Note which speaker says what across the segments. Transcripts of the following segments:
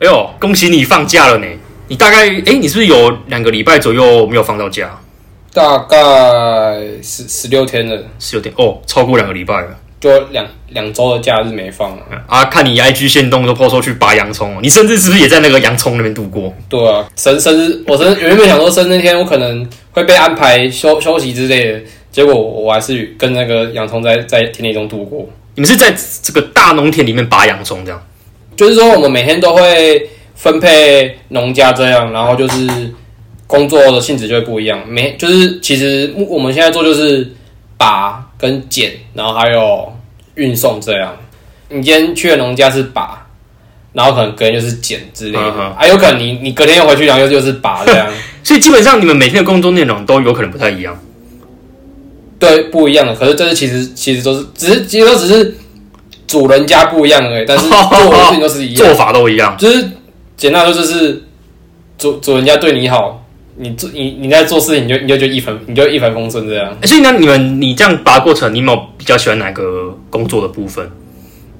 Speaker 1: 哎呦，恭喜你放假了呢！你大概哎，你是不是有两个礼拜左右没有放到假？
Speaker 2: 大概十十六天了，
Speaker 1: 是有点哦，超过两个礼拜了
Speaker 2: 就两两周的假日没放了。
Speaker 1: 啊！看你 IG 线动都抛出去拔洋葱哦，你甚至是不是也在那个洋葱那边度过？
Speaker 2: 对啊，生生日，我生原本想说生日那天我可能会被安排休休息之类的，结果我还是跟那个洋葱在在田里中度过。
Speaker 1: 你们是在这个大农田里面拔洋葱这样？
Speaker 2: 就是说我们每天都会分配农家这样，然后就是工作的性质就会不一样。每就是其实我们现在做就是拔跟剪，然后还有运送这样。你今天去的农家是拔，然后可能隔天就是剪之类的，
Speaker 1: 嗯哼
Speaker 2: 啊，有可能你你隔天又回去，然后又就是拔这样，
Speaker 1: 所以基本上你们每天的工作内容都有可能不太一样。
Speaker 2: 对，不一样的。可是这是其实其实都是只是其实都只是主人家不一样而已，但是做的事情都是一样
Speaker 1: 做。
Speaker 2: 的
Speaker 1: 法都一样，
Speaker 2: 就是简单来说，就是主主人家对你好，你做你你在做事情，你就你就就一帆你就一帆风顺这样。
Speaker 1: 欸所以呢，你们你这样拔过程，你有没有比较喜欢哪个工作的部分？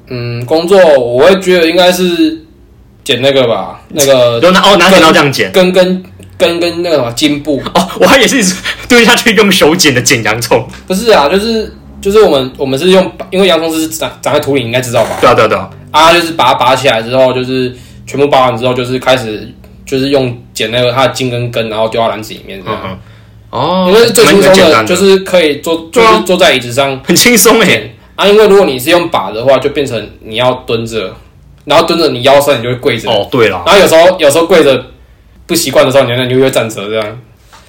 Speaker 2: 嗯，工作我会觉得应该是捡那个吧，那个
Speaker 1: 就拿哦拿剪刀这样剪
Speaker 2: 跟跟跟跟那个什么茎部，
Speaker 1: 哦，我还以为是丢下去用手剪的剪洋葱。
Speaker 2: 不是啊，就是就是我们我们是用，因为洋葱是长长在土里，你应该知道吧？
Speaker 1: 对啊对啊对啊，
Speaker 2: 啊，就是把它拔起来之后，就是全部拔完之后，就是开始就是用捡那个它的茎跟根，然后丢到篮子里面这
Speaker 1: 嗯
Speaker 2: 样。
Speaker 1: 嗯，哦
Speaker 2: 我觉得最
Speaker 1: 蛮
Speaker 2: 轻
Speaker 1: 蛮
Speaker 2: 松
Speaker 1: 简
Speaker 2: 的
Speaker 1: 单
Speaker 2: 就是可以坐，就
Speaker 1: 对啊
Speaker 2: 是坐在椅子上
Speaker 1: 很轻松哎。
Speaker 2: 点啊，因为如果你是用把的话，就变成你要蹲着，然后蹲着你腰酸，你就会跪着，
Speaker 1: 哦，对啦，
Speaker 2: 然后有时候有时候跪着不习惯的时候，你就你就会站着这样。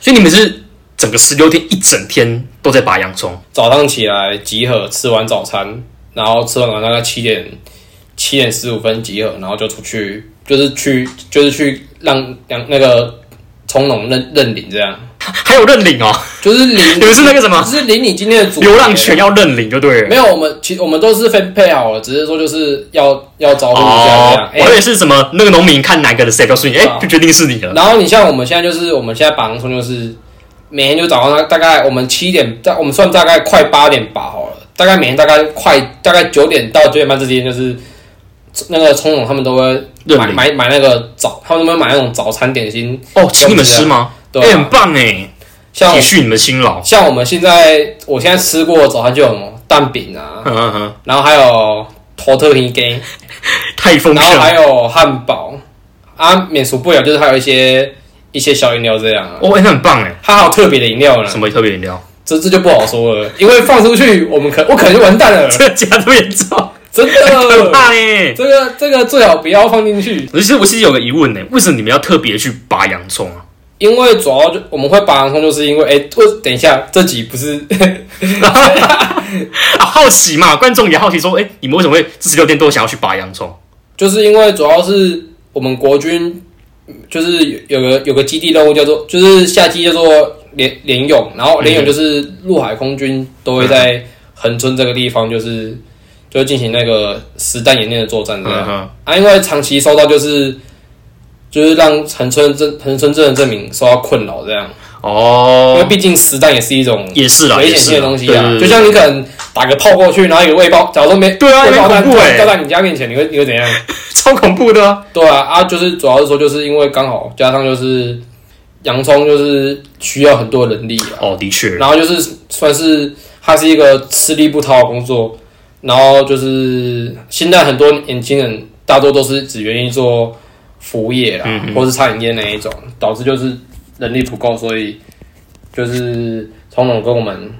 Speaker 1: 所以你们是整个十六天一整天都在拔洋葱，
Speaker 2: 早上起来集合，吃完早餐，然后吃完晚餐大概七点七点十五分集合，然后就出去，就是去就是去让让那个从农认认领这样，
Speaker 1: 还有认领哦，
Speaker 2: 就是领
Speaker 1: 你们是那个什么
Speaker 2: 就是领你今天的主
Speaker 1: 流浪犬要认领就对了。
Speaker 2: 没有，我们其实我们都是分配好了，只是说就是要要招呼一下这样。
Speaker 1: 哦，
Speaker 2: 哎
Speaker 1: 我以为是什么那个农民看哪个的谁告诉你，哎，就决定是你了。
Speaker 2: 然后你像我们现在就是，我们现在拔洋葱就是每天就早上大概我们七点，大我们算大概快八点拔好了，大概每天大概快大概九点到九点半之间，就是那个葱总他们都会
Speaker 1: 认
Speaker 2: 买
Speaker 1: 领
Speaker 2: 买买那个早，他们都会买那种早餐点心，
Speaker 1: 哦，请你们吃吗？
Speaker 2: 对
Speaker 1: 哎，
Speaker 2: 啊、
Speaker 1: 很棒哎，
Speaker 2: 像
Speaker 1: 体恤你们辛劳。
Speaker 2: 像我们现在我现在吃过的早餐就有什么蛋饼啊，
Speaker 1: 嗯嗯嗯，
Speaker 2: 然后还有头特皮羹，
Speaker 1: 太丰
Speaker 2: 然后
Speaker 1: 盛
Speaker 2: 还。有汉堡啊，免俗不了就是还有一些一些小饮料这样啊，
Speaker 1: 哦，哎，那很棒哎，
Speaker 2: 它还有特别的饮料呢
Speaker 1: 什。么特别饮 料？
Speaker 2: 这这就不好说了，因为放出去，我们可我可能就完蛋了，
Speaker 1: 这个家这么严 重，
Speaker 2: 真
Speaker 1: 可
Speaker 2: 的。
Speaker 1: 怕哎。
Speaker 2: 这个这个最好不要放进去，
Speaker 1: 可是 我其实有个疑问呢，为什么你们要特别去拔洋葱啊？
Speaker 2: 因为主要就我们会拔洋葱，就是因为哎，我等一下这集不是
Speaker 1: 啊好奇嘛，观众也好奇说，哎，你们为什么会这十六天都想要去拔洋葱？
Speaker 2: 就是因为主要是我们国军就是有有个有个基地任务叫做就是下基叫做联联勇，然后联勇就是陆海空军都会在横村这个地方就是就会进行那个实弹演练的作战这样。
Speaker 1: 嗯哼。
Speaker 2: 啊，因为长期收到就是就是让恒村镇恒村镇的证明受到困扰这样，因为
Speaker 1: 哦，
Speaker 2: 毕竟实弹也是一种
Speaker 1: 也是啦，
Speaker 2: 危
Speaker 1: 也
Speaker 2: 险性
Speaker 1: 是
Speaker 2: 的
Speaker 1: 啦
Speaker 2: 东西
Speaker 1: 对
Speaker 2: 啊，
Speaker 1: 对
Speaker 2: 就
Speaker 1: 对
Speaker 2: 像你可能打个炮过去，然后有个未爆，假如说没
Speaker 1: 对啊
Speaker 2: 未爆
Speaker 1: 有点
Speaker 2: 弹
Speaker 1: 恐怖欸
Speaker 2: 掉到你家面前，你会你会怎样？
Speaker 1: 超恐怖的啊、
Speaker 2: 对啊，啊，就是主要是说就是因为刚好加上就是洋葱就是需要很多人力啊，
Speaker 1: 哦，的确，
Speaker 2: 然后就是算是它是一个吃力不讨好的工作，然后就是现在很多年轻人大多都是只愿意做服务业啦，
Speaker 1: 嗯
Speaker 2: 或是餐饮业那一种，导致就是人力不够，所以就是从农跟我们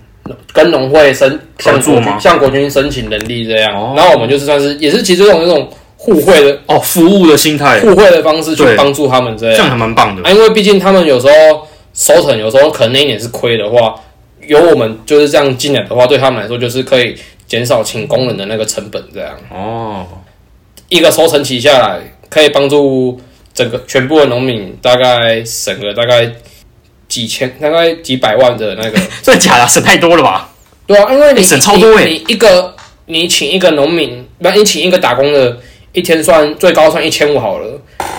Speaker 2: 跟农会申向
Speaker 1: 合作
Speaker 2: 国
Speaker 1: 吗
Speaker 2: 军向国军申请人力这样，
Speaker 1: 哦
Speaker 2: 然后我们就是算是也是其实这种这种互惠的
Speaker 1: 哦，服务的心态，哎
Speaker 2: 互惠的方式去
Speaker 1: 对
Speaker 2: 帮助他们这
Speaker 1: 这
Speaker 2: 样。
Speaker 1: 样还蛮棒的。
Speaker 2: 啊，因为毕竟他们有时候收成，有时候可能那一年是亏的话，有我们就是这样进来的话，对他们来说就是可以减少请工人的那个成本，这样
Speaker 1: 哦，
Speaker 2: 一个收成期下来，可以帮助整个全部的农民大概省了大概几千，大概几百万的那个。
Speaker 1: 真的假的？省太多了吧？
Speaker 2: 对啊，因为你
Speaker 1: 欸省超多欸
Speaker 2: 你你一个你请一个农民，不，你请一个打工的，一天算最高算一千五好了，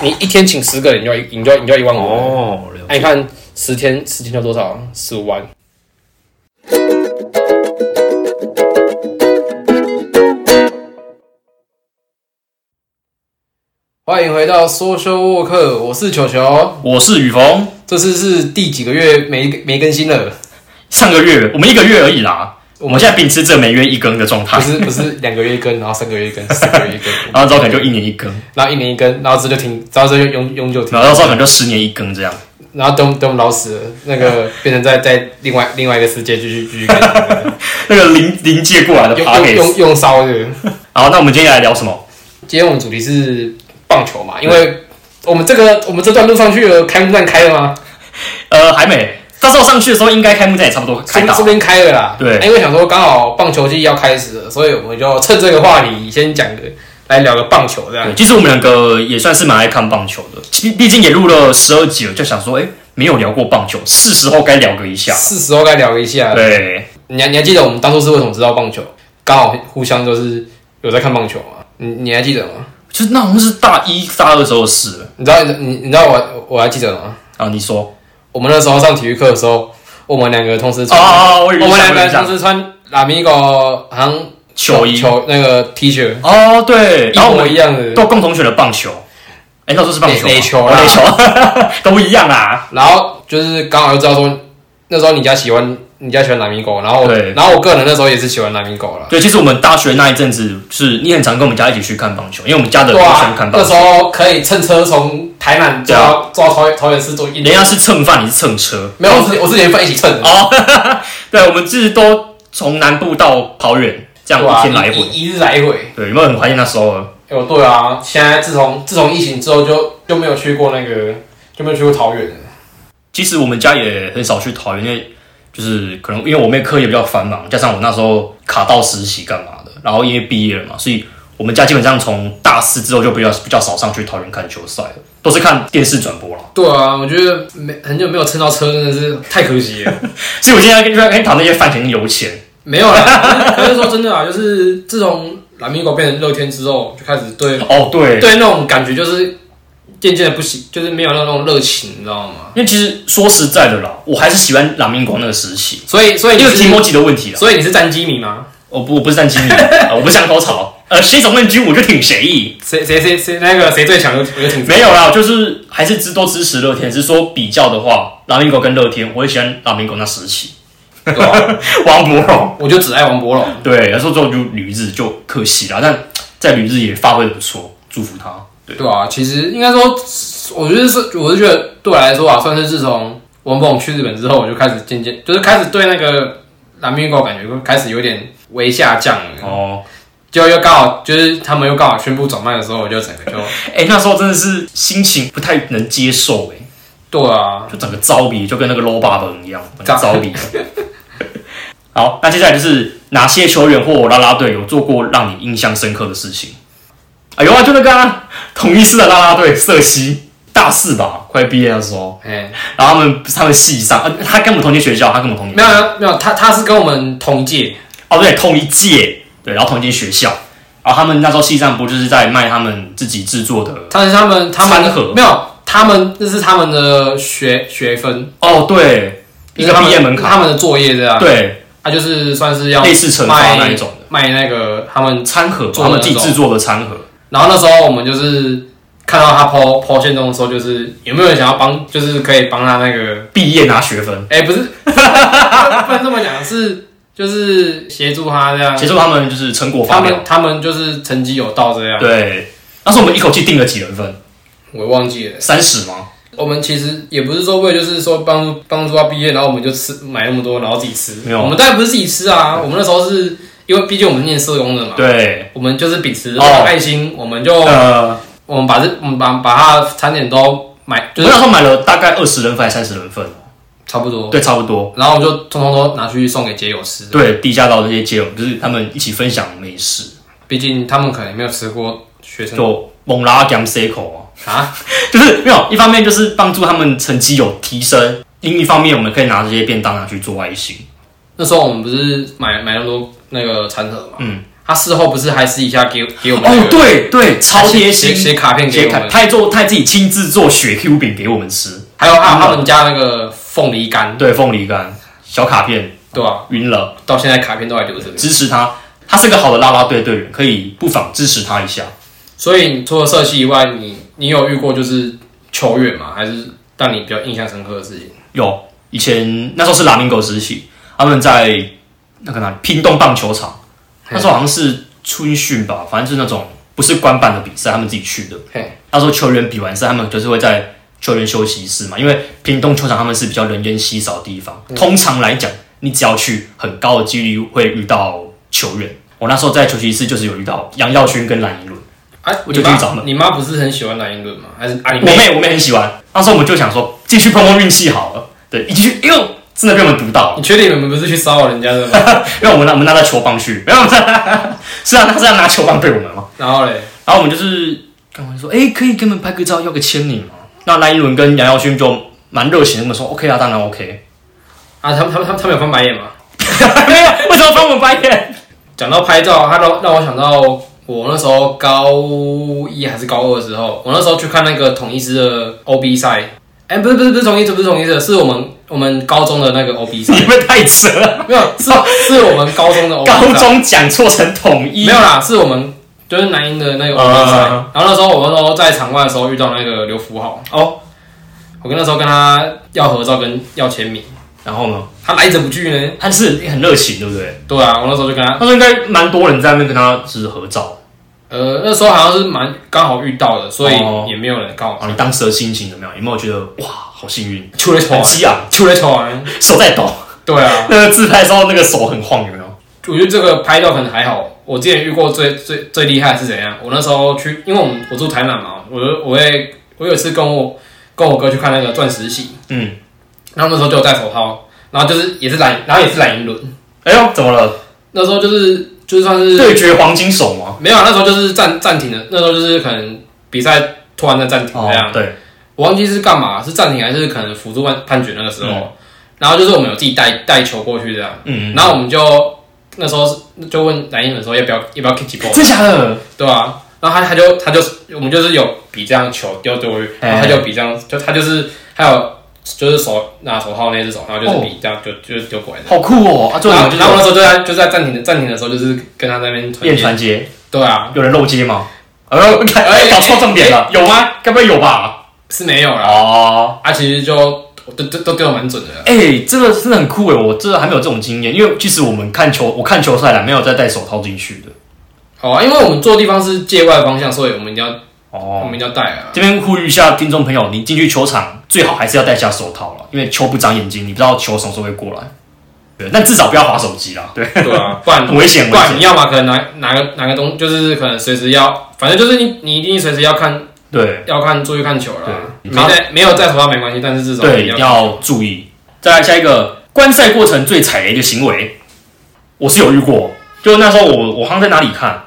Speaker 2: 你一天请十个人，你就要一你就要你就要一万五了。
Speaker 1: 哦，了
Speaker 2: 哎，你看十天，十天就多少？十五万。欢迎回到 Social Work，我是球球。
Speaker 1: 我是雨峰，
Speaker 2: 这次是第几个月没没更新了？
Speaker 1: 上个月我们一个月而已啦，
Speaker 2: 我
Speaker 1: 我们现在秉持着每月一更的状态
Speaker 2: 不，是 不是两个月一根，然后三个月一根，四个月一根，
Speaker 1: 然后之后可能就一年一更，
Speaker 2: 然后一年一根，然后这就停，然后这就永永久停
Speaker 1: 然，后之后可能就十年一更这样。
Speaker 2: 然后等等老死了，那个变成在在另外另外一个世界继续继续看
Speaker 1: 那个临临界过来的 p
Speaker 2: 用
Speaker 1: o
Speaker 2: 用
Speaker 1: c a s
Speaker 2: 用用烧的。
Speaker 1: 好，那我们今天来聊什么？
Speaker 2: 今天我们主题是棒球嘛，因为我们这个我们这段路上去了，开幕战开了吗？
Speaker 1: 呃，还没，到时候上去的时候应该开幕战也差不多开
Speaker 2: 这
Speaker 1: 打
Speaker 2: 这。边开了啦，
Speaker 1: 对
Speaker 2: 因为想说刚好棒球季要开始了，所以我们就趁这个话题先讲个来聊个棒球这样
Speaker 1: 对，。其实我们两个也算是蛮爱看棒球的，毕毕竟也录了十二集了，就想说，哎、没有聊过棒球，是时候该聊个一下。
Speaker 2: 是啊时候该聊一下了，
Speaker 1: 对，
Speaker 2: 你还你还记得我们当初是为什么知道棒球？刚好互相就是有在看棒球嘛，你你还记得吗？
Speaker 1: 就是那好像是大一、大二的时候的事了
Speaker 2: 你知道你你知道我我还记得吗？
Speaker 1: 啊。你说？
Speaker 2: 我们那时候上体育课的时候，我们两个同时
Speaker 1: 哦
Speaker 2: 穿，
Speaker 1: 哦哦，我以为你
Speaker 2: 啊我们
Speaker 1: 想我
Speaker 2: 两
Speaker 1: 以
Speaker 2: 个
Speaker 1: 为你想
Speaker 2: 同时穿拉米狗好像
Speaker 1: 球衣。
Speaker 2: 球那个 T 恤，
Speaker 1: 哦，对，
Speaker 2: 一
Speaker 1: 然后我
Speaker 2: 模
Speaker 1: 们
Speaker 2: 一样的。
Speaker 1: 都共同选了棒球。哎、那时候是棒球吗，
Speaker 2: 垒垒球啊
Speaker 1: 哦
Speaker 2: 啦
Speaker 1: 垒球 都不一样啊啦。
Speaker 2: 然后就是刚好就知道说，那时候你家喜欢你家喜欢拉米狗，然后
Speaker 1: 对
Speaker 2: 然后我个人那时候也是喜欢拉米狗了。
Speaker 1: 对，其实我们大学那一阵子，是你很常跟我们家一起去看棒球，因为我们家的人
Speaker 2: 对
Speaker 1: 都喜
Speaker 2: 啊
Speaker 1: 欢看，棒
Speaker 2: 那
Speaker 1: 球
Speaker 2: 时。候可以乘车从台南坐到坐到桃园桃园市坐一
Speaker 1: 人家是蹭饭，你是蹭车。
Speaker 2: 没有，我是我是连饭一起蹭的，
Speaker 1: 对，我们是都从南部到桃园，这样
Speaker 2: 对啊
Speaker 1: 一天来
Speaker 2: 一
Speaker 1: 回。
Speaker 2: 一一日来回。
Speaker 1: 对，有没有很怀念那时候了？
Speaker 2: 哦，对啊，现在自从自从疫情之后就就没有去过那个，就没有去过桃园了。
Speaker 1: 其实我们家也很少去桃园，因为就是可能因为我妹课业比较繁忙，加上我那时候卡到实习干嘛的，然后因为毕业了嘛，所以我们家基本上从大四之后就比较比较少上去桃园看球赛了，都是看电视转播了。
Speaker 2: 对啊，我觉得没很久没有蹭到车，真的是太可惜了。
Speaker 1: 所以我现在跟就在跟你讨论一些饭前油钱。
Speaker 2: 没有啦，可是可是说真的啊，就是自从蓝米狗变成乐天之后，就开始对
Speaker 1: 哦，对，
Speaker 2: 对那种感觉就是渐渐的不行，就是没有那种热情，你知道吗？
Speaker 1: 因为其实说实在的啦，我还是喜欢拉明光那个时期，
Speaker 2: 所以所以
Speaker 1: 因
Speaker 2: 你
Speaker 1: 为提
Speaker 2: 是
Speaker 1: 莫吉的问题啦。
Speaker 2: 所以你是战机迷吗？
Speaker 1: 我哦不我不是站经 理，呃我不是想高潮，呃，谁总冠军我就挺谁意。
Speaker 2: 谁谁谁谁那个谁最强？我就我就挺
Speaker 1: 没有啦，就是还是支都支持乐天，只是说比较的话，拉明狗跟乐天，我也喜欢拉明狗那时期。
Speaker 2: 对啊，
Speaker 1: 王博荣，
Speaker 2: 我就只爱王博龙。
Speaker 1: 对，那时候就就旅日就可惜啦，但在旅日也发挥的不错，祝福他。对，
Speaker 2: 对啊，其实应该说，我觉得是，我是觉得对我来说啊，算是自从王博去日本之后，我就开始渐渐就是开始对那个蓝米狗感觉开始有点微下降了。
Speaker 1: 哦，
Speaker 2: 就又刚好就是他们又刚好宣布转卖的时候，我就整个就
Speaker 1: 哎、那时候真的是心情不太能接受、哎，
Speaker 2: 对啊，
Speaker 1: 就整个糟比，就跟那个 low 爸爸一样，很
Speaker 2: 糟
Speaker 1: 糟 比。好，那接下来就是哪些球员或啦啦队有做过让你印象深刻的事情？啊，有啊，就那个、啊、统一师的啦啦队瑟西，大四吧，快毕业的时候，
Speaker 2: 哎、
Speaker 1: 然后他们他们系上，啊、他跟我们同届学校，他跟我们同年
Speaker 2: 没有啊没有，他他是跟我们同一届，
Speaker 1: 哦，对，同一届，对，然后同一间学校，然后他们那时候系上不就是在卖他们自己制作的？
Speaker 2: 但是他们他
Speaker 1: 餐盒
Speaker 2: 们没有，他们这是他们的学学分，
Speaker 1: 哦，对，一
Speaker 2: 就是
Speaker 1: 个
Speaker 2: 他
Speaker 1: 毕
Speaker 2: 们
Speaker 1: 业门槛，
Speaker 2: 他们的作业这样，
Speaker 1: 对，
Speaker 2: 他就是算是要
Speaker 1: 类似惩罚那一种的
Speaker 2: 卖那个他们
Speaker 1: 餐盒，
Speaker 2: 做
Speaker 1: 他
Speaker 2: 的
Speaker 1: 们自己
Speaker 2: 那种
Speaker 1: 制作的餐盒。
Speaker 2: 然后那时候我们就是看到他抛抛线动的时候，就是有没有人想要帮，就是可以帮他那个，
Speaker 1: 毕业拿学分，
Speaker 2: 哎、不是，不能这么讲，是就是协助他这样
Speaker 1: 协，助他们就是成果
Speaker 2: 他
Speaker 1: 发表。
Speaker 2: 们他们就是成绩有到这样，
Speaker 1: 对，那时候我们一口气定了几人份？
Speaker 2: 我忘记了。
Speaker 1: 三十吗？
Speaker 2: 我们其实也不是说为了就是说帮助帮助他毕业，然后我们就吃买那么多，然后自己吃。
Speaker 1: 没有
Speaker 2: 我们当然不是自己吃啊，我们那时候是因为毕竟我们是念社工的嘛，
Speaker 1: 对，
Speaker 2: 我们就是秉持
Speaker 1: 哦
Speaker 2: 爱心，我们就
Speaker 1: 呃，
Speaker 2: 我们把这我们把把他的餐点都买，
Speaker 1: 我
Speaker 2: 就
Speaker 1: 们
Speaker 2: 是
Speaker 1: 那时候买了大概二十人份还是三十人份？
Speaker 2: 差不多。
Speaker 1: 对，差不多。
Speaker 2: 然后我就通通都拿去送给街友吃，
Speaker 1: 对，地下道这些街友就是他们一起分享美食，
Speaker 2: 毕竟他们可能没有吃过学生
Speaker 1: 就猛拉 g a m s e c o 啊，
Speaker 2: 啊，
Speaker 1: 就是没有一方面就是帮助他们成绩有提升，另一方面我们可以拿这些便当拿去做外形。
Speaker 2: 那时候我们不是买买那么多那个餐盒嘛，
Speaker 1: 嗯，
Speaker 2: 他事后不是还私底下给给我们、那
Speaker 1: 哦，
Speaker 2: 个
Speaker 1: 对对，超贴
Speaker 2: 写写
Speaker 1: 心。
Speaker 2: 写卡片给
Speaker 1: 写
Speaker 2: 我
Speaker 1: 卡，
Speaker 2: 们，
Speaker 1: 他还做，他还自己亲自做雪 Q 饼给我们吃，
Speaker 2: 还有还有他们家那个凤梨干，
Speaker 1: 对，凤梨干、小卡片，
Speaker 2: 对吧、
Speaker 1: 晕了。
Speaker 2: 到现在卡片都还留着。
Speaker 1: 支持他，他是个好的啦啦队队员，可以不妨支持他一下。
Speaker 2: 所以你除了社系以外，你你有遇过就是球员吗？还是让你比较印象深刻的事情？
Speaker 1: 有以前那时候是拉明狗时期，他们在那个哪里拼动棒球场，那时候好像是春训吧，反正就是那种不是官办的比赛，他们自己去的。
Speaker 2: 嘿，
Speaker 1: 那时候球员比完赛，他们就是会在球员休息室嘛，因为屏东球场他们是比较人烟稀少的地方。通常来讲，你只要去，很高的几率会遇到球员。我那时候在休息室就是有遇到杨耀勋跟蓝一伦，
Speaker 2: 哎、
Speaker 1: 我就
Speaker 2: 你妈
Speaker 1: 去找他
Speaker 2: 你妈不是很喜欢蓝英伦吗？还是啊，你
Speaker 1: 我妹我妹很喜欢。那时候我们就想说，继续碰碰运气好了。对，一进去，哎呦，真的被我们读到了，
Speaker 2: 你确定你们不是去骚扰人家的吗？
Speaker 1: 因为我们拿我们拿到球棒去，没有，是啊，他是要拿球棒对我们嘛。
Speaker 2: 然后嘞，
Speaker 1: 然后我们就是跟我们说，哎、可以给我们拍个照，要个签名吗？那赖一伦跟杨耀勋就蛮热情的，跟我们说 OK 啊，当然 OK。
Speaker 2: 啊，他们他们他们他们有翻白眼吗？
Speaker 1: 没有，为什么翻我们白眼？
Speaker 2: 讲到拍照，他让让我想到我那时候高一还是高二的时候，我那时候去看那个统一师的 OB 赛，哎、不是不是不是统一师，不是统一师，是我们我们高中的那个 OB 赛
Speaker 1: 你，们太扯了，
Speaker 2: 没有是是哦我们高中的 OB 赛
Speaker 1: 高中讲错成统一啊
Speaker 2: 没有啦，是我们就是南英的那个 OB 赛，然后那时候我那时候在场外的时候遇到那个刘福豪，
Speaker 1: 哦。
Speaker 2: 我跟那时候跟他要合照跟要签名，
Speaker 1: 然后呢，
Speaker 2: 他来者不拒呢，
Speaker 1: 他是很热情，对不对？
Speaker 2: 对啊，我那时候就跟他
Speaker 1: 他说应该蛮多人在那边跟他就是合照。
Speaker 2: 呃，那时候好像是蛮刚好遇到的，所以
Speaker 1: 哦
Speaker 2: 也没有人刚好
Speaker 1: 啊，你当时的心情怎么样？有没有觉得哇，好幸运，
Speaker 2: 出来
Speaker 1: 很
Speaker 2: 抽，
Speaker 1: 激昂，
Speaker 2: 出来抽啊！
Speaker 1: 手在抖，
Speaker 2: 对啊，
Speaker 1: 那个自拍的时候那个手很晃，有没有？
Speaker 2: 我觉得这个拍照可能还好。我之前遇过最最最厉害的是怎样？我那时候去，因为我们我住台南嘛，我就我会我有一次跟我跟我哥去看那个钻石戏，
Speaker 1: 嗯，
Speaker 2: 然后那时候就有戴手套，然后就是也是蓝，然后也是蓝银轮。
Speaker 1: 哎呦，怎么了？
Speaker 2: 那时候就是就算是
Speaker 1: 对决黄金手吗？
Speaker 2: 没有啊，那时候就是暂暂停了，那时候就是可能比赛突然在暂停这样。
Speaker 1: 哦，对，
Speaker 2: 我忘记是干嘛，是暂停还是可能辅助判判决那个时候，然后就是我们有自己带带球过去这样，
Speaker 1: 嗯，
Speaker 2: 然后我们就那时候是就问蓝英文说要不要要不要 kick ball，
Speaker 1: 真假的？
Speaker 2: 对啊？然后他他就他就我们就是有比这样球丢丢过去，然后他
Speaker 1: 哎
Speaker 2: 就比这样，就他就是还有就是手拿手套那只手，然后
Speaker 1: 哦
Speaker 2: 就是比这样就就就丢过来的。
Speaker 1: 好酷哦！啊，就
Speaker 2: 然
Speaker 1: 你
Speaker 2: 后
Speaker 1: 们
Speaker 2: 然后我
Speaker 1: 就
Speaker 2: 那时候就在就在暂停的暂停的时候，就是跟他那边传
Speaker 1: 练
Speaker 2: 接，
Speaker 1: 传接，
Speaker 2: 对啊，
Speaker 1: 有人漏接吗？哎呦，
Speaker 2: 哎
Speaker 1: 搞错重点了，有吗？该不会有吧？
Speaker 2: 是没有啦，
Speaker 1: 哦。
Speaker 2: 啊，其实就都都都丢的蛮准的啦，
Speaker 1: 哎、真的真的很酷哎！我真的还没有这种经验，因为其实我们看球，我看球赛啦，没有再戴手套进去的。
Speaker 2: 好啊，因为我们做的地方是界外方向，所以我们一定要我
Speaker 1: 哦，
Speaker 2: 们一定要戴啊。
Speaker 1: 这边呼吁一下听众朋友，你进去球场最好还是要戴下手套了，因为球不长眼睛，你不知道球什么时候会过来。对，但至少不要划手机啦，对，
Speaker 2: 对啊，不然
Speaker 1: 很危险，
Speaker 2: 不
Speaker 1: 危
Speaker 2: 然
Speaker 1: 险。
Speaker 2: 你要嘛可能拿拿个拿个东，就是可能随时要，反正就是你你一定随时要看
Speaker 1: 对
Speaker 2: 要看注意看球啦。
Speaker 1: 对
Speaker 2: 没戴没有戴手套没关系，但是至少
Speaker 1: 对，
Speaker 2: 你
Speaker 1: 要注意。再来下一个，观赛过程最踩雷的行为，我是有遇过，就那时候我我好像在哪里看，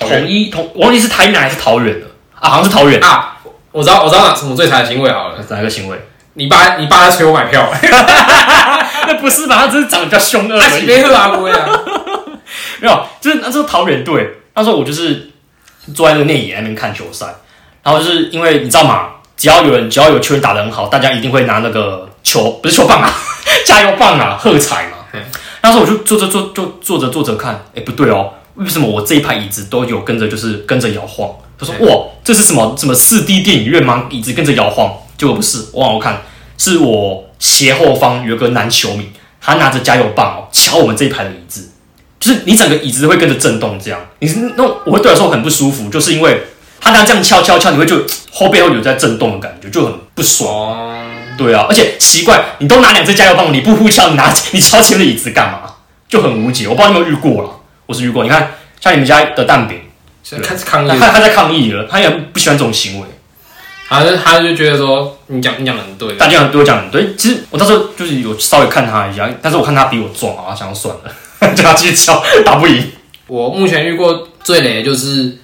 Speaker 2: 桃园
Speaker 1: 统一同，我忘记是台南还是桃园了啊，好像是桃园。
Speaker 2: 啊。我知道我知道哪什么最惨啊的行为好了，
Speaker 1: 哪个行为？
Speaker 2: 你爸你爸在催我买票，哎
Speaker 1: 那不是吧？他只是长得比较凶恶
Speaker 2: 他
Speaker 1: 而
Speaker 2: 洗
Speaker 1: 已。
Speaker 2: 杯喝阿龟啊，
Speaker 1: 没有，就是那时候桃园队，那时候我就是坐在那个内野那边看球赛，然后就是因为你知道吗？只要有人只要有球员打得很好，大家一定会拿那个球，不是球棒啊， 加油棒啊，喝彩嘛
Speaker 2: 嗯。
Speaker 1: 那时候我就坐着坐就坐着坐着看，哎、不对哦，为什么我这一排椅子都有跟着就是跟着摇晃？他
Speaker 2: 嗯
Speaker 1: 说哇，这是什么什么四 D 电影院吗？椅子跟着摇晃？结果不是，我往后看，是我斜后方有个男球迷，他拿着加油棒哦敲我们这一排的椅子，就是你整个椅子会跟着震动，这样你是那种我会对我来说很不舒服，就是因为他这样这样敲敲敲，你会就后背会有在震动的感觉，就很不爽。
Speaker 2: 哦，
Speaker 1: 对啊，而且奇怪，你都拿两只加油棒，你不呼敲，你拿你敲前面的椅子干嘛？就很无解，我不知道你有没有遇过啦，我是遇过。你看，像你们家的蛋饼，
Speaker 2: 现在开始抗议
Speaker 1: 他
Speaker 2: 了，
Speaker 1: 他在抗议了，他也不喜欢这种行为。
Speaker 2: 他就他就觉得说你讲你讲的很对，
Speaker 1: 大家对我讲很对，其实我到时候就是有稍微看他一下，但是我看他比我壮啊，想要算了， 叫他继续敲，打不赢。
Speaker 2: 我目前遇过最雷的就是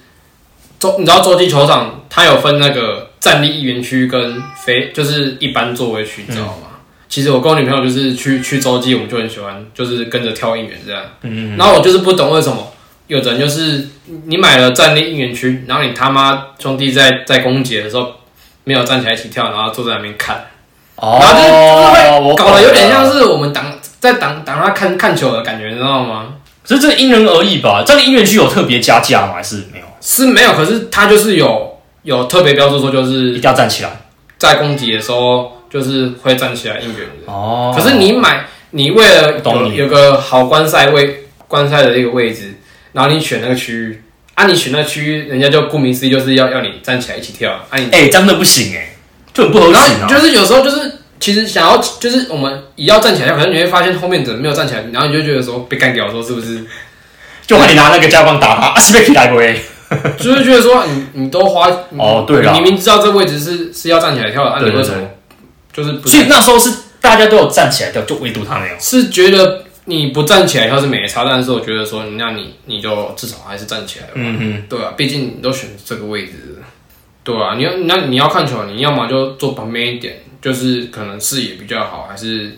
Speaker 2: 洲，你知道洲际球场它有分那个站立一员区跟非就是一般座位区，你知道吗？其实我跟我女朋友就是去去洲际，我们就很喜欢，就是跟着跳应援这样。嗯然后我就是不懂为什么有人就是你买了站立应援区，然后你他妈兄弟在在攻击的时候没有站起来一起跳，然后坐在那边看，哦然后就是
Speaker 1: 我
Speaker 2: 搞得有点像
Speaker 1: 是，
Speaker 2: 是我们挡在挡挡他看看球的感觉，你知道吗？
Speaker 1: 可是这因人而异吧？这里音乐剧有特别加价吗？还是没有？
Speaker 2: 是没有，可是他就是有有特别标注说，就
Speaker 1: 一
Speaker 2: 是
Speaker 1: 定要站起来。
Speaker 2: 在供给的时候，就是会站起来应援的。
Speaker 1: 哦
Speaker 2: 可是你买，你为了
Speaker 1: 懂
Speaker 2: 有
Speaker 1: 你
Speaker 2: 有个好观赛位观赛的一个位置，然后你选那个区域，啊，你选那个区域，人家就顾名思义就是要要你站起来一起跳，啊你，
Speaker 1: 哎、这样真的不行哎、就很不合理
Speaker 2: 然
Speaker 1: 啊。
Speaker 2: 后就是有时候就是其实想要就是我们也要站起来，可能你会发现后面怎么没有站起来，然后你就觉得说被干掉，说是不是？
Speaker 1: 就换你拿那个加棒打 他，啊是被踢来回。
Speaker 2: 就是觉得说你你都花你
Speaker 1: 哦对啦
Speaker 2: 你明明知道这位置是是要站起来跳的，啊，你
Speaker 1: 对对
Speaker 2: 为什么就是不
Speaker 1: 所以
Speaker 2: 是
Speaker 1: 那时候是大家都有站起来跳，就唯独他没有。
Speaker 2: 是觉得你不站起来跳是没差，但是我觉得说那你你就至少还是站起来吧。
Speaker 1: 嗯哼，
Speaker 2: 对啊，毕竟你都选这个位置了，对啊，你要那你要看球，你要么就坐旁边一点，就是可能视野比较好，还是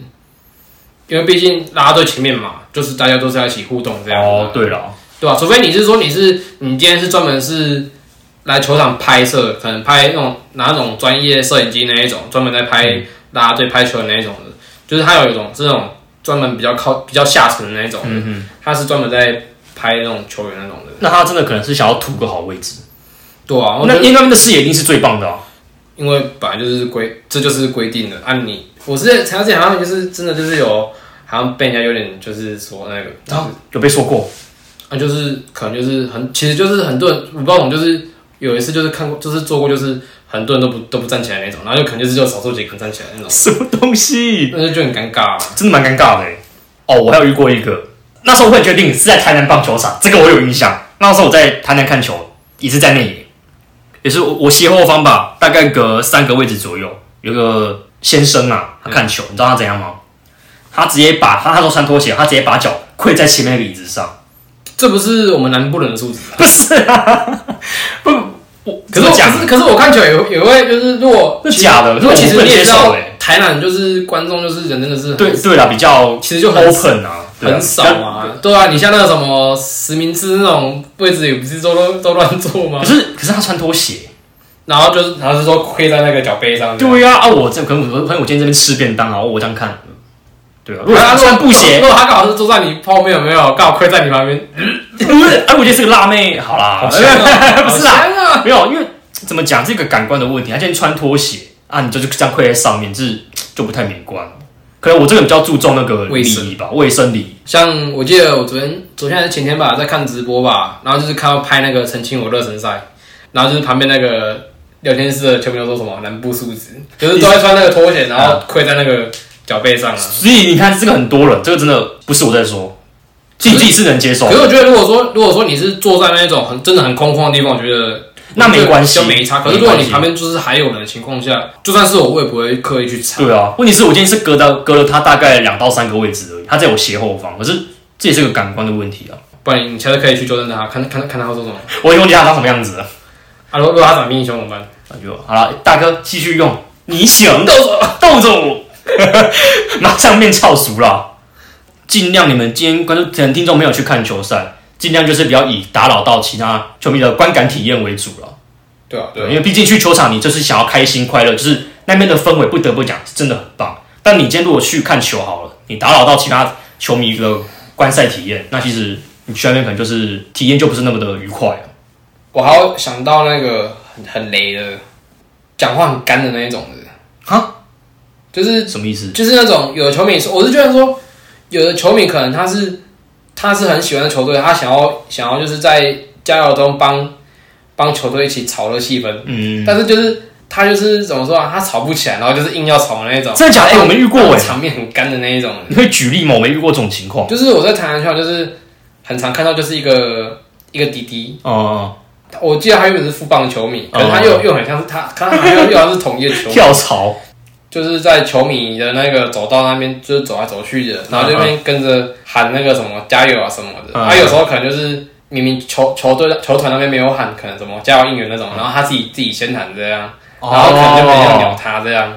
Speaker 2: 因为毕竟拉队前面嘛，就是大家都是要一起互动这样子啊，
Speaker 1: 哦，对了，
Speaker 2: 对吧、除非你是说你是你今天是专门是来球场拍摄，可能拍那种拿那种专业摄影机那一种，专门在拍拉队拍球的那一种的，就是他有一种这种专门比较靠比较下层的那一种的，他是专门在拍那种球员那种的，
Speaker 1: 那他真的可能是想要图个好位置。
Speaker 2: 对啊，我
Speaker 1: 那
Speaker 2: 觉得
Speaker 1: 因为他们的视野一定是最棒的、啊。
Speaker 2: 因为本来就是规，这就是规定的。按、你，我之前查之前好像就是真的就是有，好像被人家有点就是说那个，
Speaker 1: 然后有被说过，
Speaker 2: 啊，就是可能就是很，其实就是很多人，我不知道，我们就是有一次就是看过，就是做过，就是很多人都不都不站起来那种，然后就可能就是只有少数几个人站起来那种，
Speaker 1: 什么东西，
Speaker 2: 那就很尴尬、啊。
Speaker 1: 真的蛮尴尬的欸。哦，我还有遇过一个，那时候我很确定是在台南棒球场，这个我有印象。那时候我在台南看球，也是在内野，也是我我斜后方吧，大概隔三个位置左右，有个先生啊，
Speaker 2: 嗯
Speaker 1: 他看球，你知道他怎样吗？他直接把他那时候穿拖鞋，他直接把脚跪在前面那个椅子上，
Speaker 2: 这不是我们南部人的素质啊。
Speaker 1: 不是啊， 不，我
Speaker 2: 可是我
Speaker 1: 怎么
Speaker 2: 可
Speaker 1: 讲
Speaker 2: 是可是我看球也会也会就是如果
Speaker 1: 是假的
Speaker 2: 如果其
Speaker 1: 这我不
Speaker 2: 实
Speaker 1: 能
Speaker 2: 你也知
Speaker 1: 接受
Speaker 2: 道
Speaker 1: 欸，
Speaker 2: 台南就是观众就是人真的是很
Speaker 1: 对对啦，比较
Speaker 2: 其实就很
Speaker 1: open 啊，对啊
Speaker 2: 很少。啊，对啊，你像那个什么实名制那种位置，也不是都都都乱坐吗
Speaker 1: 可？是可是他穿拖鞋，
Speaker 2: 然后就是，然后是说亏在那个脚背上这样。
Speaker 1: 对呀、啊，我这可能我可能我今天这边吃便当啊，我这样看，对啊，如果
Speaker 2: 啊
Speaker 1: 他穿布
Speaker 2: 如
Speaker 1: 鞋，
Speaker 2: 果他刚好是坐在你后面，有没有刚好亏在你旁边？
Speaker 1: 不是，哎，我觉得是个辣妹，好啦， 不是
Speaker 2: 啊
Speaker 1: 啦，
Speaker 2: 好香啊，
Speaker 1: 没有，因为怎么讲，这个感官的问题，他今天穿拖鞋啊，你就就这样跪在上面，这就不太美观了。可能我这个比较注重那个
Speaker 2: 卫
Speaker 1: 礼
Speaker 2: 生
Speaker 1: 仪吧，卫生礼仪。
Speaker 2: 像我记得我昨天、昨天还是前天吧，在看直播吧，然后就是看到拍那个陈清火热身赛，然后就是旁边那个聊天室的球迷都说什么南部素质，就是都在穿那个拖鞋，然后亏在那个脚背上啊。
Speaker 1: 所以你看，这个很多人，这个真的不是我在说，自己自己是能接受
Speaker 2: 可，是我觉得，如果说如果说你是坐在那种很真的很空旷的地方，我觉得
Speaker 1: 那没关系
Speaker 2: 就没差。可是
Speaker 1: 没
Speaker 2: 如果
Speaker 1: 关系
Speaker 2: 你旁边就是还有人的情况下，就算是我，我也不会刻意去查。
Speaker 1: 对啊。问题是我今天是隔到隔了他大概两到三个位置而已，他在我斜后方，可是这也是个感官的问题啊。
Speaker 2: 不然你下次可以去纠正他，看看看他会说什么。
Speaker 1: 我也忘记他长什么样子了。
Speaker 2: 啊，如果如果他长英雄怎么办？
Speaker 1: 那就好了，大哥继续用，你想
Speaker 2: 到时候
Speaker 1: 逗着我， 马上变超熟了。尽量你们今天观众可能听众没有去看球赛，尽量就是比较以打扰到其他球迷的观感体验为主了。
Speaker 2: 对啊，
Speaker 1: 对，因为毕竟去球场你就是想要开心快乐，就是那边的氛围不得不讲是真的很棒。但你今天如果去看球好了，你打扰到其他球迷的观赛体验，那其实你去那边可能就是体验就不是那么的愉快了。
Speaker 2: 我还要想到那个很很雷的，讲话很干的那一种的，
Speaker 1: 哈，
Speaker 2: 就是
Speaker 1: 什么意思？
Speaker 2: 就是那种有的球迷说，我是觉得说，有的球迷可能他是他是很喜欢的球队，他想要想要就是在加油中帮帮球队一起炒热气氛，
Speaker 1: 嗯，
Speaker 2: 但是就是他就是怎么说啊，他吵不起来，然后就是硬要吵的那一种。
Speaker 1: 真的假的？哎、我没遇过哎、
Speaker 2: 场面很干的那一种。
Speaker 1: 你会举例吗？我没遇过这种情况。
Speaker 2: 就是我在台南球场，就是很常看到，就是一个一个弟弟，
Speaker 1: 哦、
Speaker 2: 我记得他原本是富邦的球迷，可是他
Speaker 1: 哦
Speaker 2: 又、又很像是他，他好像又又好像是同业球 迷，
Speaker 1: 跳槽，
Speaker 2: 就是在球迷的那个走道那边，就是走来走去
Speaker 1: 啊
Speaker 2: 的，然后这边跟着喊那个什么加油啊什么的。
Speaker 1: 嗯
Speaker 2: 他、啊、有时候可能就是明明球球队球团那边没有喊，可能什么加油应援那
Speaker 1: 啊
Speaker 2: 种，然后他自己自己先喊这样，
Speaker 1: 哦
Speaker 2: 哦然后可能就没人鸟他这样，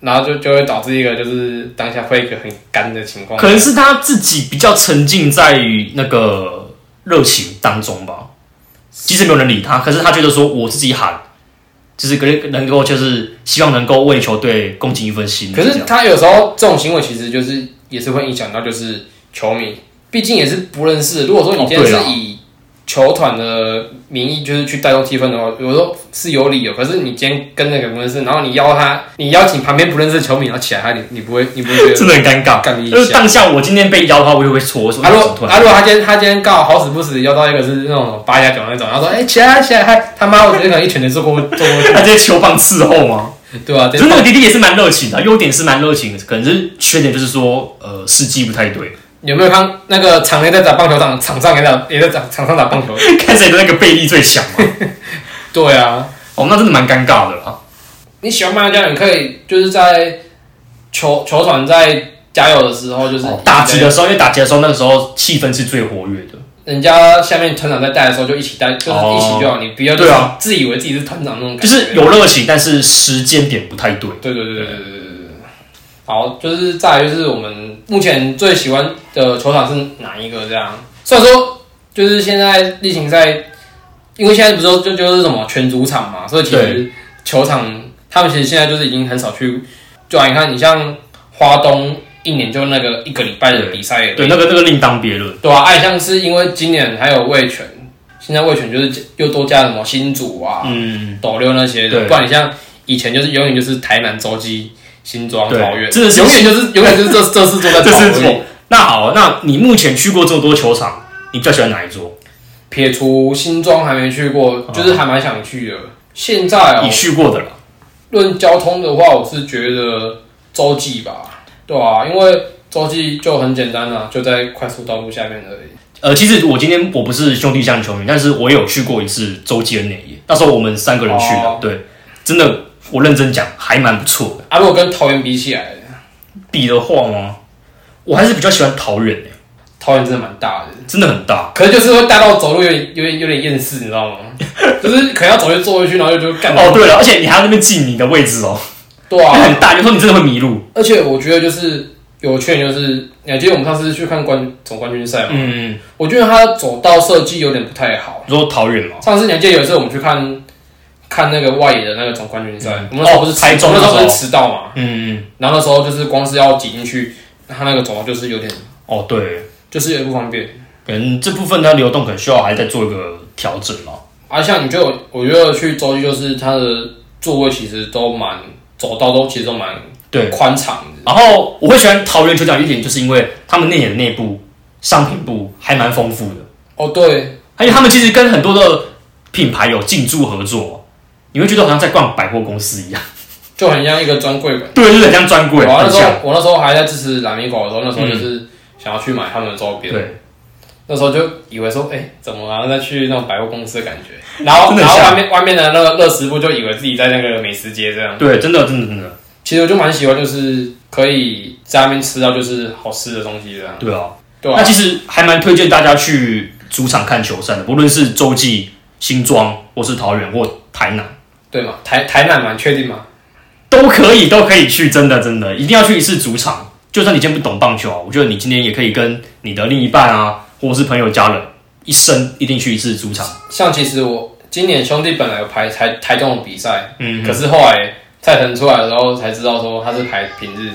Speaker 2: 然后就就会导致一个就是当下会一个很干的情况。
Speaker 1: 可能是他自己比较沉浸在于那个热情当中吧。即使没有人理他，可是他觉得说我自己喊，就是可能能够就是希望能够为球队贡献一份心力
Speaker 2: 可
Speaker 1: 这样。
Speaker 2: 是他有时候这种行为其实就是也是会影响到就是球迷，毕竟也是不认识。如果说你今天
Speaker 1: 哦对
Speaker 2: 是
Speaker 1: 啦
Speaker 2: 以球团的名义就是去带动气氛的话，有时候是有理由。可是你今天跟那个不认识，然后你邀他，你邀请旁边不认识的球迷，然后起来他，你你不会你不会 觉得
Speaker 1: 真的很尴尬。
Speaker 2: 干你一
Speaker 1: 就是
Speaker 2: 下？
Speaker 1: 当下我今天被邀的话，我也会戳，我说
Speaker 2: 啊，如
Speaker 1: 我怎么突
Speaker 2: 果
Speaker 1: 然
Speaker 2: 啊，如果他今天他今天刚好好死不死邀到一个是那种八加九那种，然后说哎、起来起来，他他妈我直接可能一拳就揍过揍过去，
Speaker 1: 他直接球棒伺候吗？
Speaker 2: 对吧、啊？
Speaker 1: 可
Speaker 2: 这
Speaker 1: 是那个弟弟也是蛮热情的，优点是蛮热情的，可能是缺点就是说，呃，时机不太对，
Speaker 2: 有没有看那个场内在打棒球场，场上也打也在打场上打棒球？
Speaker 1: 看谁的那个臂力最强嘛。
Speaker 2: 对啊，
Speaker 1: 哦，那真的蛮尴尬的啦。
Speaker 2: 你喜欢棒球家，你可以就是在球球团在加油的时候，就是
Speaker 1: 哦打击的时候，因为打击的时候那个时候气氛是最活跃的。
Speaker 2: 人家下面团长在带的时候就一起带，就是
Speaker 1: 哦
Speaker 2: 一起就好，你不要
Speaker 1: 对啊，
Speaker 2: 自以为自己是团长那种感觉，
Speaker 1: 就是有热情，但是时间点不太对。
Speaker 2: 对对对对对对对对。好，就是再来就是我们目前最喜欢的球场是哪一个？这样，虽然说就是现在例行赛，因为现在不是都就就是什么全主场嘛，所以其实球场他们其实现在就是已经很少去。就啊，你看你像花东一年就那个一个礼拜的比赛而已，
Speaker 1: 对，那个那个另当别论。
Speaker 2: 对啊，爱像是因为今年还有味全，现在味全就是又多加了什么新竹啊、
Speaker 1: 嗯，
Speaker 2: 斗六那些的，
Speaker 1: 对
Speaker 2: 不然你像以前就是永远就是台南、洲际、新庄、
Speaker 1: 对
Speaker 2: 桃园，
Speaker 1: 真的是
Speaker 2: 永远就是永远就是这 这四座在
Speaker 1: 这
Speaker 2: 跑而
Speaker 1: 是
Speaker 2: 已
Speaker 1: 错。那好，那你目前去过这么多球场，你比较喜欢哪一座？
Speaker 2: 撇除新庄还没去过，
Speaker 1: 哦
Speaker 2: 就是还蛮想去的。现在哦
Speaker 1: 你，去过的了，
Speaker 2: 论交通的话，我是觉得洲际吧，对啊，因为洲际就很简单啊，就在快速道路下面而已。
Speaker 1: 呃，其实我今天我不是兄弟象球迷，但是我有去过一次洲际的内野，那时候我们三个人去的，
Speaker 2: 哦
Speaker 1: 对，真的，我认真讲，还蛮不错的。
Speaker 2: 啊，如果跟桃园比起来，
Speaker 1: 比的话吗？我还是比较喜欢桃园、欸、
Speaker 2: 桃园真的蛮大的。
Speaker 1: 真的很大。
Speaker 2: 可是就是会大到走路有点有点有点厌世，你知道吗？就是可能要走就坐回去，然后就就干
Speaker 1: 哦，对了，而且你还要那边记你的位置哦，
Speaker 2: 对
Speaker 1: 因为
Speaker 2: 啊，
Speaker 1: 很大，有时候你真的会迷路。
Speaker 2: 而且我觉得就是有趣的就是，你还记得我们上次去看冠总冠军赛吗？
Speaker 1: 嗯，
Speaker 2: 我觉得他走道设计有点不太好。
Speaker 1: 你说桃园吗？
Speaker 2: 上次你还记得有一次我们去看看那个外野的那个总冠军赛，我们那时候不是迟
Speaker 1: 台中
Speaker 2: 嗯哦我
Speaker 1: 的时候
Speaker 2: 们那时候不是迟到嘛，
Speaker 1: 嗯，
Speaker 2: 然后那时候就是光是要挤进去，他那个走道就是有点
Speaker 1: 哦，对，
Speaker 2: 就是有点不方便。
Speaker 1: 可能这部分它流动可能需要还在做一个调整啦。
Speaker 2: 啊，像你就有我觉得去洲际就是它的座位其实都蛮走道都其实都蛮
Speaker 1: 对，
Speaker 2: 宽敞的。
Speaker 1: 然后我会喜欢桃园球场一点，就是因为他们内野的内部商品部还蛮丰富的，
Speaker 2: 哦，对，
Speaker 1: 而且他们其实跟很多的品牌有进驻合作，你会觉得好像在逛百货公司一样，
Speaker 2: 就很像一个专柜吧。
Speaker 1: 对，就是很像专柜，
Speaker 2: 我哦啊那
Speaker 1: 很嗯
Speaker 2: 时候
Speaker 1: 像，
Speaker 2: 我那时候还在支持蓝米狗的时候，那时候就是想要去买他们的周边，
Speaker 1: 对，
Speaker 2: 那时候就以为说，哎、怎么好像在去那种百货公司的感 觉。然后
Speaker 1: 真的
Speaker 2: 然
Speaker 1: 很
Speaker 2: 后
Speaker 1: 像
Speaker 2: 外面外面的那个乐食部就以为自己在那个美食街这样。
Speaker 1: 对，真的，真的，真的，
Speaker 2: 其实我就蛮喜欢，就是可以在那边吃到就是好吃的东西这样。
Speaker 1: 对啊。
Speaker 2: 对
Speaker 1: 那
Speaker 2: 啊，
Speaker 1: 其实还蛮推荐大家去主场看球赛的，不论是洲际、新庄，或是桃园或台南，
Speaker 2: 对嘛，台台南嘛，你确定吗？
Speaker 1: 都可以，都可以去，真的真的，一定要去一次主场。就算你今天不懂棒球啊，我觉得你今天也可以跟你的另一半啊，或者是朋友、家人，一生一定去一次主场。
Speaker 2: 像其实我今年兄弟本来有排台台中的比赛，
Speaker 1: 嗯，
Speaker 2: 可是后来蔡腾出来的时候才知道说他是排平日，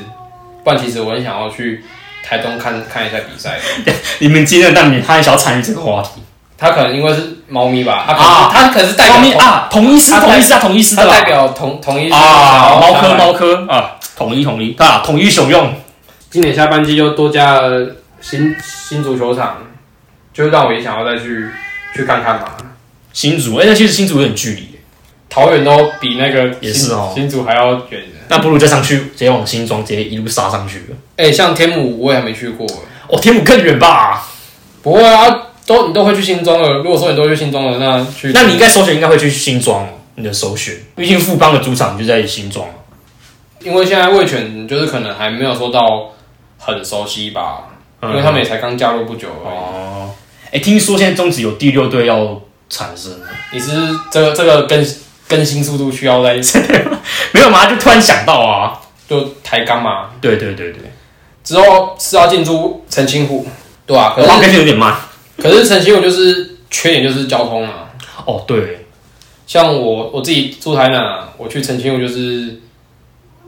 Speaker 2: 不然其实我很想要去台东看看一下比赛。
Speaker 1: 你们今天的蛋饼，他很想要参与这个话题。
Speaker 2: 他可能因为是猫咪吧，他可能、
Speaker 1: 啊
Speaker 2: 他可能是代表
Speaker 1: 同意
Speaker 2: 同
Speaker 1: 啊，同一师，
Speaker 2: 他代
Speaker 1: 同一师啊，同一师
Speaker 2: 他
Speaker 1: 的
Speaker 2: 代
Speaker 1: 啦。
Speaker 2: 表同同一
Speaker 1: 啊，猫科
Speaker 2: 科。
Speaker 1: 猫科啊，统一统一啊，统一雄用。
Speaker 2: 今年下半季又多加了新新足球场，就让我也想要再去去看看嘛。
Speaker 1: 新竹，哎、那其实新竹有点距离，
Speaker 2: 桃园都比那个
Speaker 1: 也
Speaker 2: 新
Speaker 1: 是哦
Speaker 2: 新竹还要远的。
Speaker 1: 那不如再上去，直接往新庄，直接一路杀上去了。
Speaker 2: 哎、像天母我也还没去过，
Speaker 1: 哦，天母更远吧？
Speaker 2: 不会啊，都你都会去新庄了。如果说你都会去新庄了，那去
Speaker 1: 那你应该首选应该会去新庄哦，你的首选，毕竟富邦的主场就在新庄。
Speaker 2: 因为现在卫权就是可能还没有说到很熟悉吧，
Speaker 1: 嗯
Speaker 2: 因为他们也才刚加入不久而已。
Speaker 1: 哦，哎、听说现在中职有第六队要产生了，
Speaker 2: 你是这个这个更更新速度需 要在
Speaker 1: 没有嘛？就突然想到啊，
Speaker 2: 就抬杠嘛，
Speaker 1: 对对对对，
Speaker 2: 之后是要进驻澄清湖，对啊，可
Speaker 1: 我
Speaker 2: 是、
Speaker 1: 刚跟进有点慢。
Speaker 2: 可是澄清湖就是缺点就是交通啊，
Speaker 1: 哦，对，
Speaker 2: 像我我自己住台南、啊，我去澄清湖就是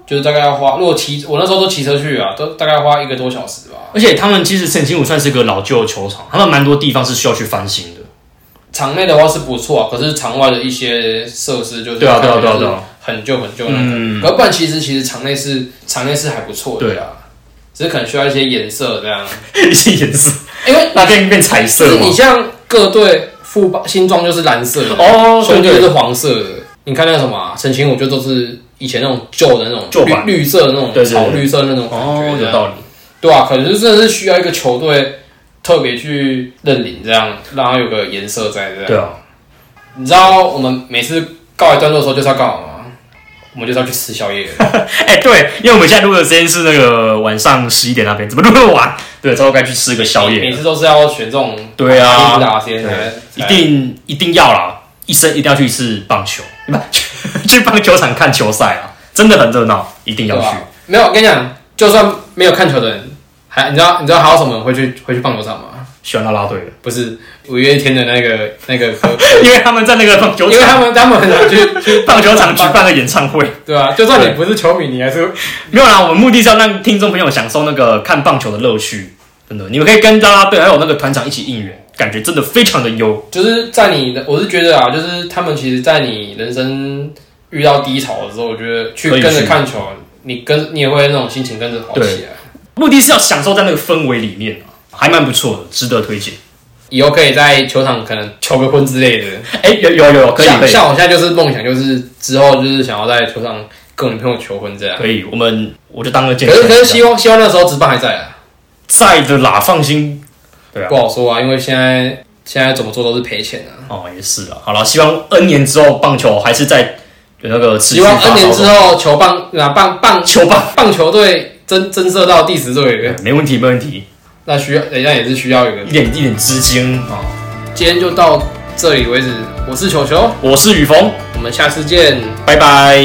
Speaker 2: 就是大概要花，如果骑我那时候都骑车去啊，都大概要花一个多小时吧。
Speaker 1: 而且他们其实陈清武算是个老旧的球场，他们蛮多地方是需要去翻新的。
Speaker 2: 场内的话是不错啊，可是场外的一些设施就是
Speaker 1: 对啊对啊对啊对啊，嗯
Speaker 2: 很旧很旧那种。可不然其实其实场内是场内是还不错的，
Speaker 1: 对
Speaker 2: 啊，只是可能需要一些颜色这样，
Speaker 1: 是嗯颜色，
Speaker 2: 因为
Speaker 1: 那变变彩
Speaker 2: 就
Speaker 1: 色
Speaker 2: 是
Speaker 1: 嘛
Speaker 2: 你。像各队副帮新装就是蓝色的，
Speaker 1: 哦，
Speaker 2: 所
Speaker 1: 对
Speaker 2: 以就
Speaker 1: 对
Speaker 2: 是黄色的。你看那个什么啊陈情，我觉得都是以前那种旧的那种
Speaker 1: 旧
Speaker 2: 绿
Speaker 1: 版
Speaker 2: 绿色的那
Speaker 1: 对对
Speaker 2: 种草绿色的那种感
Speaker 1: 哦，
Speaker 2: 觉，
Speaker 1: 有道理。
Speaker 2: 对啊，可能就真的是需要一个球队特别去认领，这样让它有个颜色在这样。
Speaker 1: 对啊，
Speaker 2: 你知道我们每次告一段落的时候就是要干嘛吗？我们就是要去吃宵夜。
Speaker 1: 哎、对，因为我们现在录的时间是那个晚上十一点那边，怎么录那么晚？对，之后该去吃个宵夜
Speaker 2: 每
Speaker 1: 了。
Speaker 2: 次都是要选这种
Speaker 1: 对啊
Speaker 2: 打打先才
Speaker 1: 一
Speaker 2: 才
Speaker 1: 定一定要啦，一生一定要去一次棒 球，不 去棒球场看球赛啊，真的很热闹，一定要
Speaker 2: 对啊
Speaker 1: 去。
Speaker 2: 吧？没有，我跟你讲，就算没有看球的人，还你知道你知道还有什么人会去会去棒球场吗？
Speaker 1: 喜欢啦啦队的，
Speaker 2: 不是五月天的那个那个歌，
Speaker 1: 因为他们在那个棒 球
Speaker 2: 因为
Speaker 1: 场
Speaker 2: 他们他们很 常去去
Speaker 1: 棒球场举办的演唱会。
Speaker 2: 对啊，就算你不是球迷，你还是
Speaker 1: 没有啦，我们目的是要让听众朋友享受那个看棒球的乐趣，真的，你们可以跟啦啦队还有那个团长一起应援，感觉真的非常的优。
Speaker 2: 就是在你的，我是觉得啊，就是他们其实，在你人生遇到低潮的时候，我觉得去
Speaker 1: 可以
Speaker 2: 跟着
Speaker 1: 去
Speaker 2: 看球，你跟你也会那种心情跟着好起来。
Speaker 1: 目的是要享受在那个氛围里面啊，还蛮不错的，值得推荐。
Speaker 2: 以后可以在球场可能求个婚之类的。
Speaker 1: 哎、有有有，可以
Speaker 2: 像
Speaker 1: 可以
Speaker 2: 像我现在就是梦想，就是之后就是想要在球场跟我女朋友求婚这样。
Speaker 1: 可以，我们我就当个健
Speaker 2: 可是可
Speaker 1: 身
Speaker 2: 是希望希望那时候职棒还在啊，
Speaker 1: 在的啦，放心。对啊
Speaker 2: 不，好说啊，因为现在现在怎么做都是赔钱啊。
Speaker 1: 哦也是啊，好了，希望 N 年之后棒球还是在有那个持续
Speaker 2: 希
Speaker 1: 发
Speaker 2: 望
Speaker 1: 展
Speaker 2: N 年之后球棒啊棒棒
Speaker 1: 球棒，
Speaker 2: 棒球队增增设到第十队，
Speaker 1: 没问题没问题，
Speaker 2: 那需要人家也是需要有个
Speaker 1: 一点一点资金啊、
Speaker 2: 今天就到这里为止，我是球球，
Speaker 1: 我是雨峰，
Speaker 2: 我们下次见。
Speaker 1: 拜拜。